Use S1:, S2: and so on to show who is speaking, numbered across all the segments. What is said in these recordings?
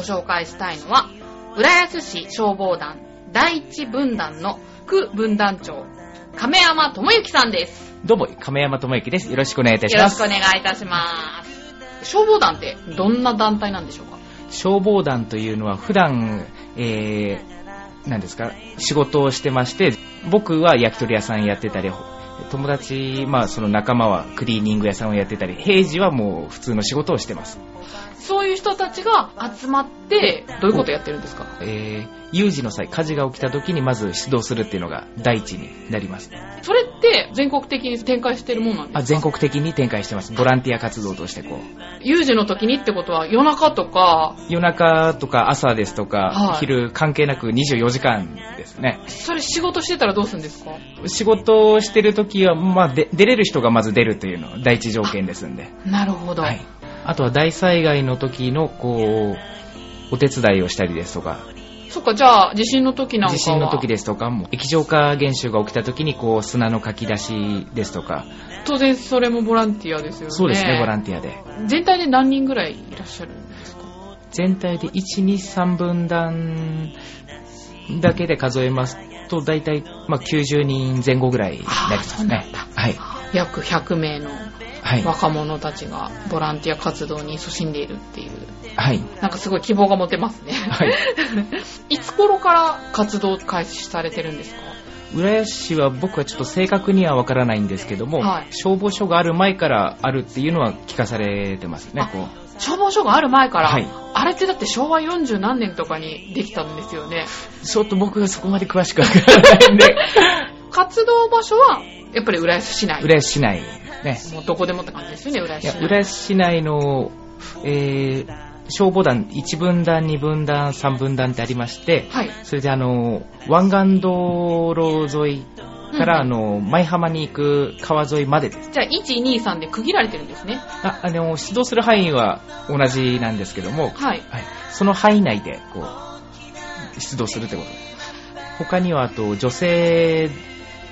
S1: 紹介したいのは、浦安市消防団第一分団の区分団長、亀山智之さんです。
S2: どうも、亀山智之です。よろしくお願いいたし
S1: よろ
S2: ま
S1: し
S2: す。
S1: くお願いいたします。消防団ってどんな団体なんでしょうか
S2: 消防団というのは普段、えー、何ですか、仕事をしてまして、僕は焼き鳥屋さんやってたり、友達、まあその仲間はクリーニング屋さんをやってたり、平時はもう普通の仕事をしてます。
S1: そういう人たちが集まって、どういうことやってるんですか
S2: えー、有事の際、火事が起きた時にまず出動するっていうのが第一になります。
S1: それって全国的に展開してるもんなんで
S2: あ
S1: すか
S2: 全国的に展開してます。ボランティア活動としてこう。
S1: 有事の時にってことは夜中とか、
S2: 夜中とか朝ですとか、
S1: はい
S2: 昼関係なく24時間ですね。
S1: それ仕事してたらどうするんですか
S2: 仕事をしてるときは、まあ、で出れる人がまず出るというのが第一条件ですんで。
S1: なるほど。
S2: はい。あとは大災害の時の、こう、お手伝いをしたりですとか、
S1: そっか、じゃあ地震の時なんかは
S2: 地震の時ですとかも、液状化現象が起きた時に、こう、砂のかき出しですとか、
S1: 当然それもボランティアですよね。
S2: そうですね、ボランティアで。
S1: 全体で何人ぐらいいらっしゃるんですか
S2: 全体で1、2、3分断だけで数えますと、大体、まあ、90人前後ぐらいになりますね。はい。
S1: 約100名の
S2: はい。
S1: 若者たちがボランティア活動に勤しんでいるっていう、
S2: はい。
S1: なんかすごい希望が持てますね。
S2: はい。
S1: いつ頃から活動開始されてるんですか
S2: 浦安市は僕はちょっと正確にはわからないんですけども、
S1: はい
S2: 消防署がある前からあるっていうのは聞かされてますね
S1: あ
S2: こう
S1: 消防署がある前から、
S2: はい
S1: あれってだって昭和40何年とかにできたんですよね。
S2: ちょっと僕がそこまで詳しくわから ないんで
S1: 活動場所は、やっぱり浦安市内。
S2: 浦安市内ね
S1: もうどこでもって感じですよね、浦安市
S2: いや
S1: 内。
S2: 浦安市内の、えー消防団1分団2分団3分団ってありまして
S1: はい。
S2: それであの湾岸道路沿いから、
S1: うん
S2: あの舞浜に行く川沿いまでです
S1: じゃあ、1、2、3で区切られてるんですね。
S2: ああの出動する範囲は同じなんですけども、
S1: はい。
S2: はい、その範囲内でこう出動するってことです他にはあと女性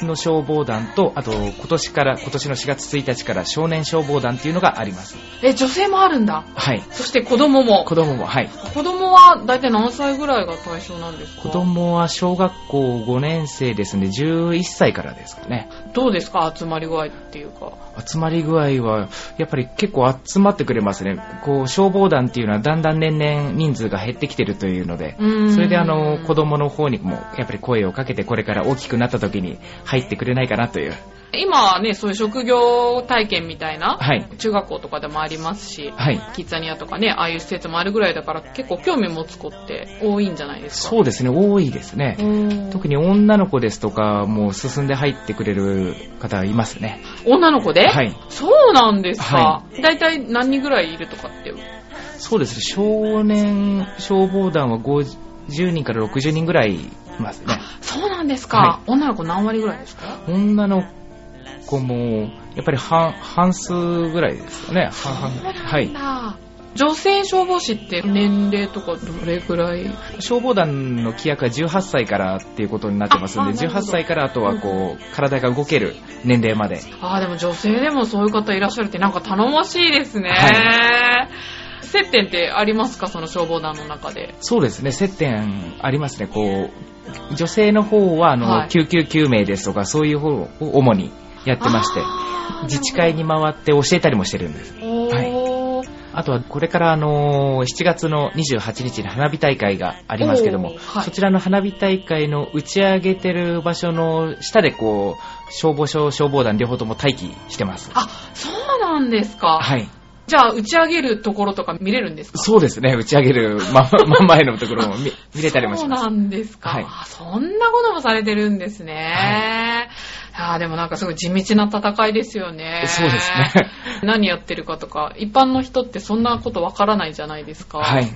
S2: の消防団とあと今年から今年の4月1日から少年消防団っていうのがあります
S1: え、女性もあるんだ。
S2: はい
S1: そして子供も。
S2: 子供もはい
S1: 子供は大体何歳ぐらいが対象なんですか
S2: 子供は小学校5年生ですね11歳からですかね
S1: どうですか集まり具合っていうか。
S2: 集まり具合はやっぱり結構集まってくれますねこう消防団っていうのはだんだん年々人数が減ってきてるというので
S1: うーん
S2: それであの子供の方にもやっぱり声をかけてこれから大きくなった時に入ってくれないかなという
S1: 今はね、そういう職業体験みたいな、
S2: はい
S1: 中学校とかでもありますし、
S2: はい
S1: キッザニアとかね、ああいう施設もあるぐらいだから結構興味持つ子って多いんじゃないですか。
S2: そうですね多いですね
S1: うん
S2: 特に女の子ですとかもう進んで入ってくれる方いますね
S1: 女の子で、
S2: はい
S1: そうなんですか
S2: は。
S1: 大体何人ぐらいいるとかって。
S2: そうですね少年消防団は50人から60人ぐらいいますね
S1: そうなんですか。
S2: は
S1: 女の子何割ぐらいですか
S2: 女の子もやっぱり半半数ぐらいですかね半々はい
S1: あー女性消防士って年齢とかどれぐらい
S2: 消防団の規約は18歳からっていうことになってますん
S1: ああ
S2: で
S1: なるほど
S2: 18歳からあとはこう体が動ける年齢まで
S1: ああ、でも女性でもそういう方いらっしゃるってなんか頼もしいですね。接点ってありますかその消防団の中で。
S2: そうですね接点ありますねこう女性の方はあの、
S1: はい
S2: 救急救命ですとかそういう方を主にやってまして
S1: あー
S2: 自治会に回って教えたりもしてるんです
S1: なるほどおー
S2: あとはこれからあの7月の28日に花火大会がありますけど
S1: お
S2: も
S1: ーはい
S2: そちらの花火大会の打ち上げてる場所の下でこう消防署消防団両方とも待機してます
S1: あ、そうなんですか。
S2: はい
S1: じゃあ、打ち上げるところとか見れるんですか
S2: そうですね、打ち上げる ま、ま、前のところも見見れたりもします。
S1: そうなんですか。
S2: はい
S1: あそんなこともされてるんですね。あーでもなんかすごい地道な戦いですよね。
S2: そうですね。
S1: 何やってるかとか、一般の人ってそんなことわからないじゃないですか。
S2: はい。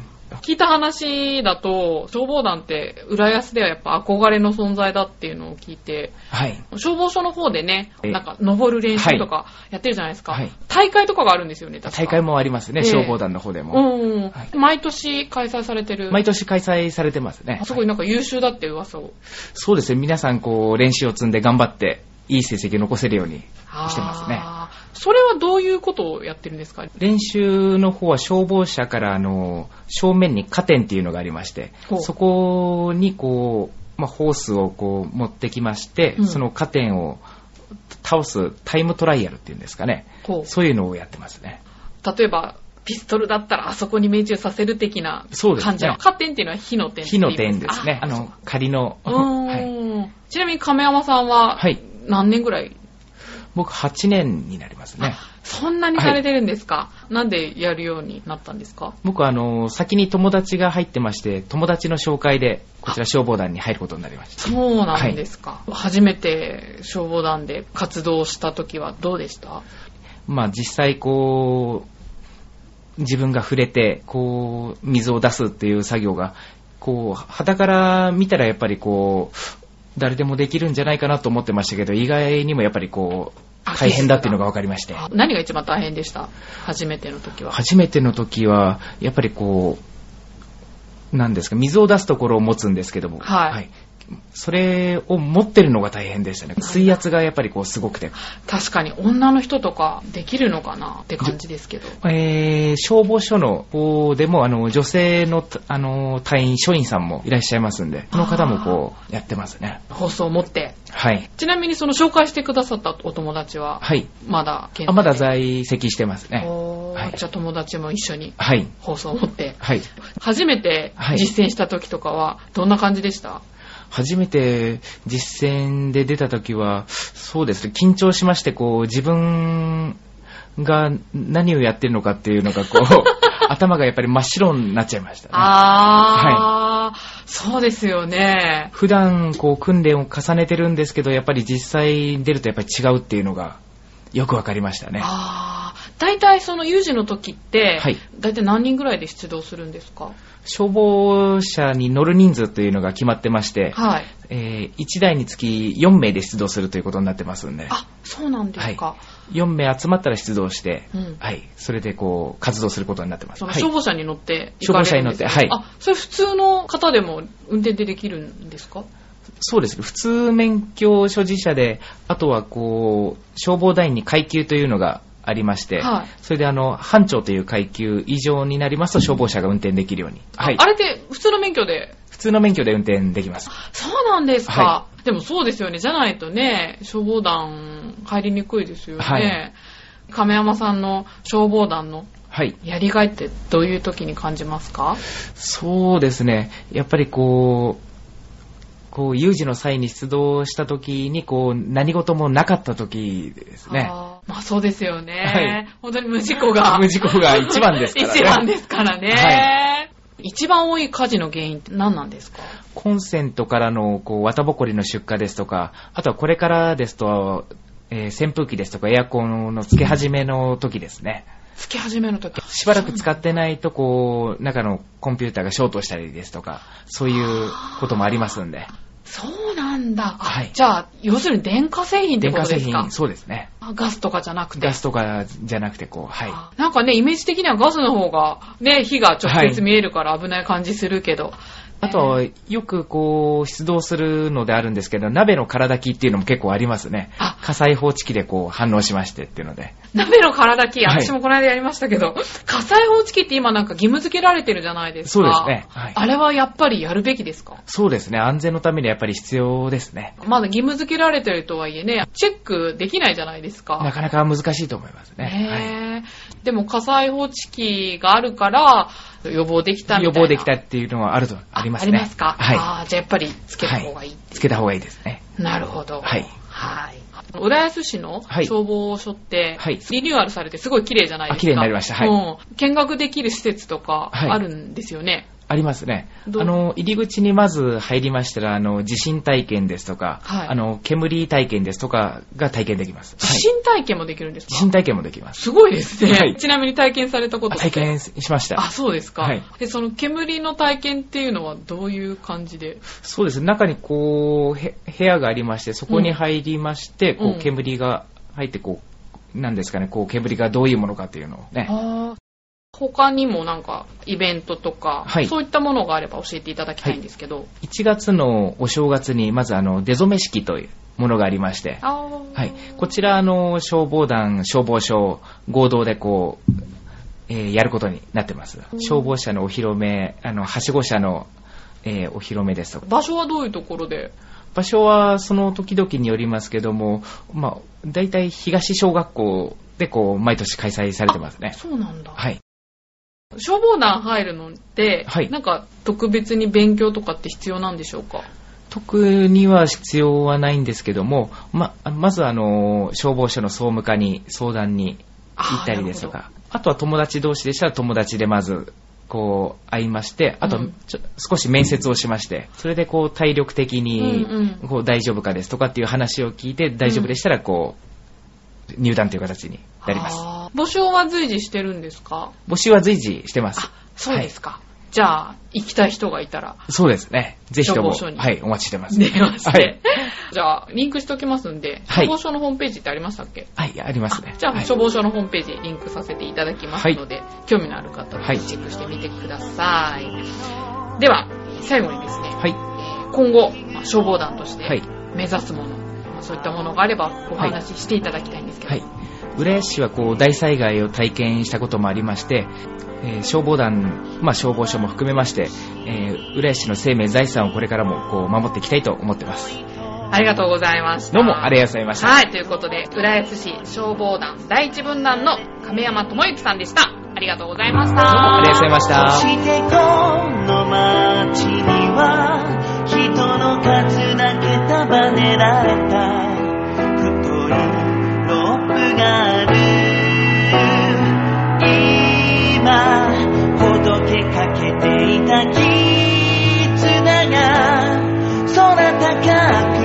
S1: 聞いた話だと、消防団って浦安ではやっぱ憧れの存在だっていうのを聞いて、
S2: はい。
S1: 消防署の方でね、
S2: ええ
S1: なんか登る練習とかやってるじゃないですか。
S2: はい
S1: 大会とかがあるんですよね、確か
S2: 大会もありますね、
S1: ええ
S2: 消防団の方で
S1: う
S2: も。
S1: んうんうん、
S2: はい
S1: 毎年開催されてる。
S2: 毎年開催されてますね
S1: あ。すごいなんか優秀だって噂を
S2: そうですね、皆さんこう、練習を積んで頑張って、いい成績を残せるようにしてますね。
S1: あそれはどういうことをやってるんですか
S2: 練習の方は消防車からあの正面にカテンっていうのがありまして
S1: ほう
S2: そこにこう、まあ、ホースをこう持ってきまして、
S1: うん
S2: そのカテンを倒すタイムトライアルっていうんですかね
S1: こ
S2: そういうのをやってますね
S1: う、例えば、ピストルだったらあそこに命中させる的な
S2: そうですね
S1: 感じの。カテンっていうのは火の点って
S2: 火
S1: いう
S2: の点ですねあ
S1: あ
S2: の仮の、
S1: うーん
S2: はい、
S1: ちなみに亀山さんは
S2: はい、
S1: 何年ぐらい、
S2: 僕8年になりますね
S1: そんなにされてるんですか、なんでやるようになったんですか
S2: 僕はあの先に友達が入ってまして友達の紹介でこちら消防団に入ることになりました
S1: そうなんですか、初めて消防団で活動した時はどうでした
S2: まあ実際こう、自分が触れて、こう、水を出すっていう作業が、こう、肌から見たらやっぱりこう、誰でもできるんじゃないかなと思ってましたけど、意外にもやっぱりこう、
S1: あ
S2: 大変だっていうのが分かりまして。
S1: 何が一番大変でした初めての時は。
S2: 初めての時は、やっぱりこう、なんですか、水を出すところを持つんですけども、
S1: はい
S2: それを持ってるのが大変でしたね。水圧がやっぱりこう、すごくて。
S1: 確かに女の人とかできるのかなって感じですけど。
S2: えー消防署の方でも、あの、女性の、あの、隊員、署員さんもいらっしゃいますんで、その方もこう、やってますね。
S1: 放送を持って。
S2: はい。
S1: ちなみにその紹介してくださったお友達は、
S2: はい。
S1: まだ現在
S2: あまだ在籍してますね。
S1: おー
S2: はい
S1: じゃあ友達も一緒に
S2: はい。
S1: 放送を持って。
S2: はい。
S1: 初めて
S2: はい
S1: 実践した時とかは、どんな感じでした
S2: 初めて実践で出た時は、そうですね、緊張しまして、こう、自分が何をやってるのかっていうのが、こ う、頭がやっぱり真っ白になっちゃいましたね。
S1: あー、そうですよね。
S2: 普段こう訓練を重ねてるんですけど、やっぱり実際出るとやっぱり違うっていうのがよくわかりましたね。
S1: あー、大体その有事の時って、
S2: はい
S1: 大体何人ぐらいで出動するんですか
S2: 消防車に乗る人数というのが決まってまして、
S1: はい。
S2: え1台につき4名で出動するということになってますんで、
S1: あ、そうなんですか。
S2: 4名集まったら出動して、
S1: うん
S2: はい、それでこう活動することになってます。
S1: その
S2: はい、
S1: 消防車に乗って行かれるんですか
S2: 消防車に乗って
S1: あ、それ普通の方でも運転でできるんですか
S2: そうですね。普通免許所持者で、あとはこう、消防団員に階級というのがありまして、
S1: はい
S2: それであの、班長という階級以上になりますと消防車が運転できるように。はい
S1: あ。れって普通の免許で。
S2: 普通の免許で運転できます。
S1: そうなんですか、
S2: は
S1: でもそうですよね。じゃないとね、消防団入りにくいですよね。
S2: はい
S1: 亀山さんの消防団の
S2: はい。
S1: やりがいってどういう時に感じますか
S2: そうですね。やっぱりこう、こう、有事の際に出動した時に、こう、何事もなかった時ですね。
S1: あーまあそうですよね。
S2: はい
S1: 本当に無事故が。
S2: 無事故が一番ですからね。
S1: 一番ですからね。一番多い火事の原因って何なんですか
S2: コンセントからのこう綿ぼこりの出荷ですとか、あとはこれからですと、えー扇風機ですとかエアコンの付け始めの時ですね。
S1: つき始めの時。
S2: しばらく使ってないと、こう、中のコンピューターがショートしたりですとか、そういうこともありますんで。
S1: そうなんだ。あ
S2: はい
S1: じゃあ、要するに電化製品って
S2: 電
S1: こ
S2: 化
S1: と
S2: 製
S1: ですか
S2: 品、そうですね。
S1: あガスとかじゃなくて。
S2: ガスとかじゃなくて、こう、はい。
S1: あなんかね、イメージ的にはガスの方が、ね、火が直接見えるから危ない感じするけど。
S2: あとは、よくこう、出動するのであるんですけど、鍋の空炊きっていうのも結構ありますね
S1: あ。
S2: 火災報知器でこう、反応しましてっていうので。
S1: 鍋の空炊き、
S2: はい
S1: 私もこの間やりましたけど、火災報知器って今なんか義務付けられてるじゃないですか。
S2: そうですねはい
S1: あれはやっぱりやるべきですか
S2: そうですね。安全のためにやっぱり必要ですね。
S1: まだ義務付けられてるとはいえね、チェックできないじゃないですか。
S2: なかなか難しいと思いますね。
S1: ねえでも火災報知器があるから、予防できた
S2: はい、
S1: みた
S2: 予
S1: いな。
S2: 防できたっていうのはあるとありますね。
S1: ありますか。
S2: は
S1: あーじゃあやっぱりつけた方がいい。
S2: い。つけた方がいいですね。
S1: なるほど。
S2: はい。
S1: はい。浦安市の
S2: はい
S1: 消防署って、
S2: はい
S1: リニューアルされてすごい綺麗じゃないですか。
S2: あ綺麗になりましたはい
S1: うん。見学できる施設とか
S2: はい
S1: あるんですよね。
S2: ありますね。あ
S1: どう
S2: の、入り口にまず入りましたら、あの、地震体験ですとか、
S1: はい
S2: あの、煙体験ですとかが体験できます。
S1: 地
S2: はい
S1: 震体験もできるんですか、
S2: 地震体験もできます。
S1: すごいですね、
S2: はい
S1: ちなみに体験されたこと
S2: あ
S1: って
S2: 体験しました
S1: あ、。そうですか、
S2: はい
S1: で、その煙の体験っていうのはどういう感じで
S2: そうですね。中にこう、へ部屋がありまして、そこに入りまして、
S1: ん
S2: こ
S1: うん
S2: う、煙が入って、こう、なんですかね、こう、煙がどういうものかっていうのをね。
S1: あー他にもなんかイベントとか、
S2: はい
S1: そういったものがあれば教えていただきたいんですけど、
S2: 1月のお正月に、まずあの、出初め式というものがありまして、
S1: あー
S2: はい、こちらあの消防団、消防署合同でこう、えーやることになってます。消防車のお披露目、あのはしご車の、えーお披露目ですとか。
S1: 場所はどういうところで
S2: 場所はその時々によりますけども、まあ、大体東小学校でこう毎年開催されてますね。
S1: そうなんだ。
S2: はい。
S1: 消防団入るのって、
S2: はい
S1: なんか特別に勉強とかって必要なんでしょうか
S2: 特には必要はないんですけども、ま、まずあの、消防署の総務課に相談に行ったりですと。か、あとは友達同士でしたら友達でまず、こう、会いまして、あと
S1: うん
S2: ちょ、少し面接をしまして、それでこう、体力的
S1: あーな
S2: に
S1: るほ、どうんうん。
S2: こう、大丈夫かですとかっていう話を聞いて、大丈夫でしたら、こう、入団という形になります。
S1: あー募集は随時してるんですか
S2: 募集は随時してます
S1: あ。、そうですか。じゃあ、行きたい人がいたら、
S2: そうですね。ぜひとも、
S1: 消防署に
S2: はい、お待ちしてます。
S1: 電話して。
S2: はい。
S1: じゃあ、リンクしておきますんで、
S2: はい
S1: 消防署のホームページってありましたっけ
S2: はい、ありますね
S1: あ。じゃあ、
S2: はい
S1: 消防署のホームページリンクさせていただきますので、興味のある方は
S2: はい
S1: チェックしてみてください。では、最後にですね、
S2: はい。
S1: 今後、まあ消防団として
S2: はい
S1: 目指すもの、まあそういったものがあればお話ししていただきたいんですけど、
S2: はい。浦安市はこう大災害を体験したこともありまして、えー消防団、まあ、消防署も含めまして、えー浦安市の生命財産をこれからもこう守っていきたいと思ってます。
S1: ありがとうございました。
S2: どうもありがとうございました。
S1: はい、ということで、浦安市消防団第一分団の亀山智之さんでした。ありがとうございました。
S2: どうもありがとうございまし
S3: そ
S2: た。
S3: してこの街には人の数だけ束ねられた太いロープがある今ほどけかけていた絆が空高く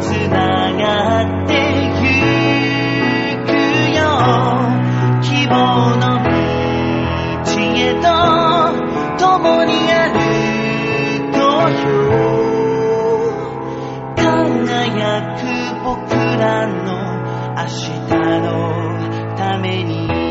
S3: つながってゆくよ希望の知恵と共に歩こうよ輝く僕らの明日のために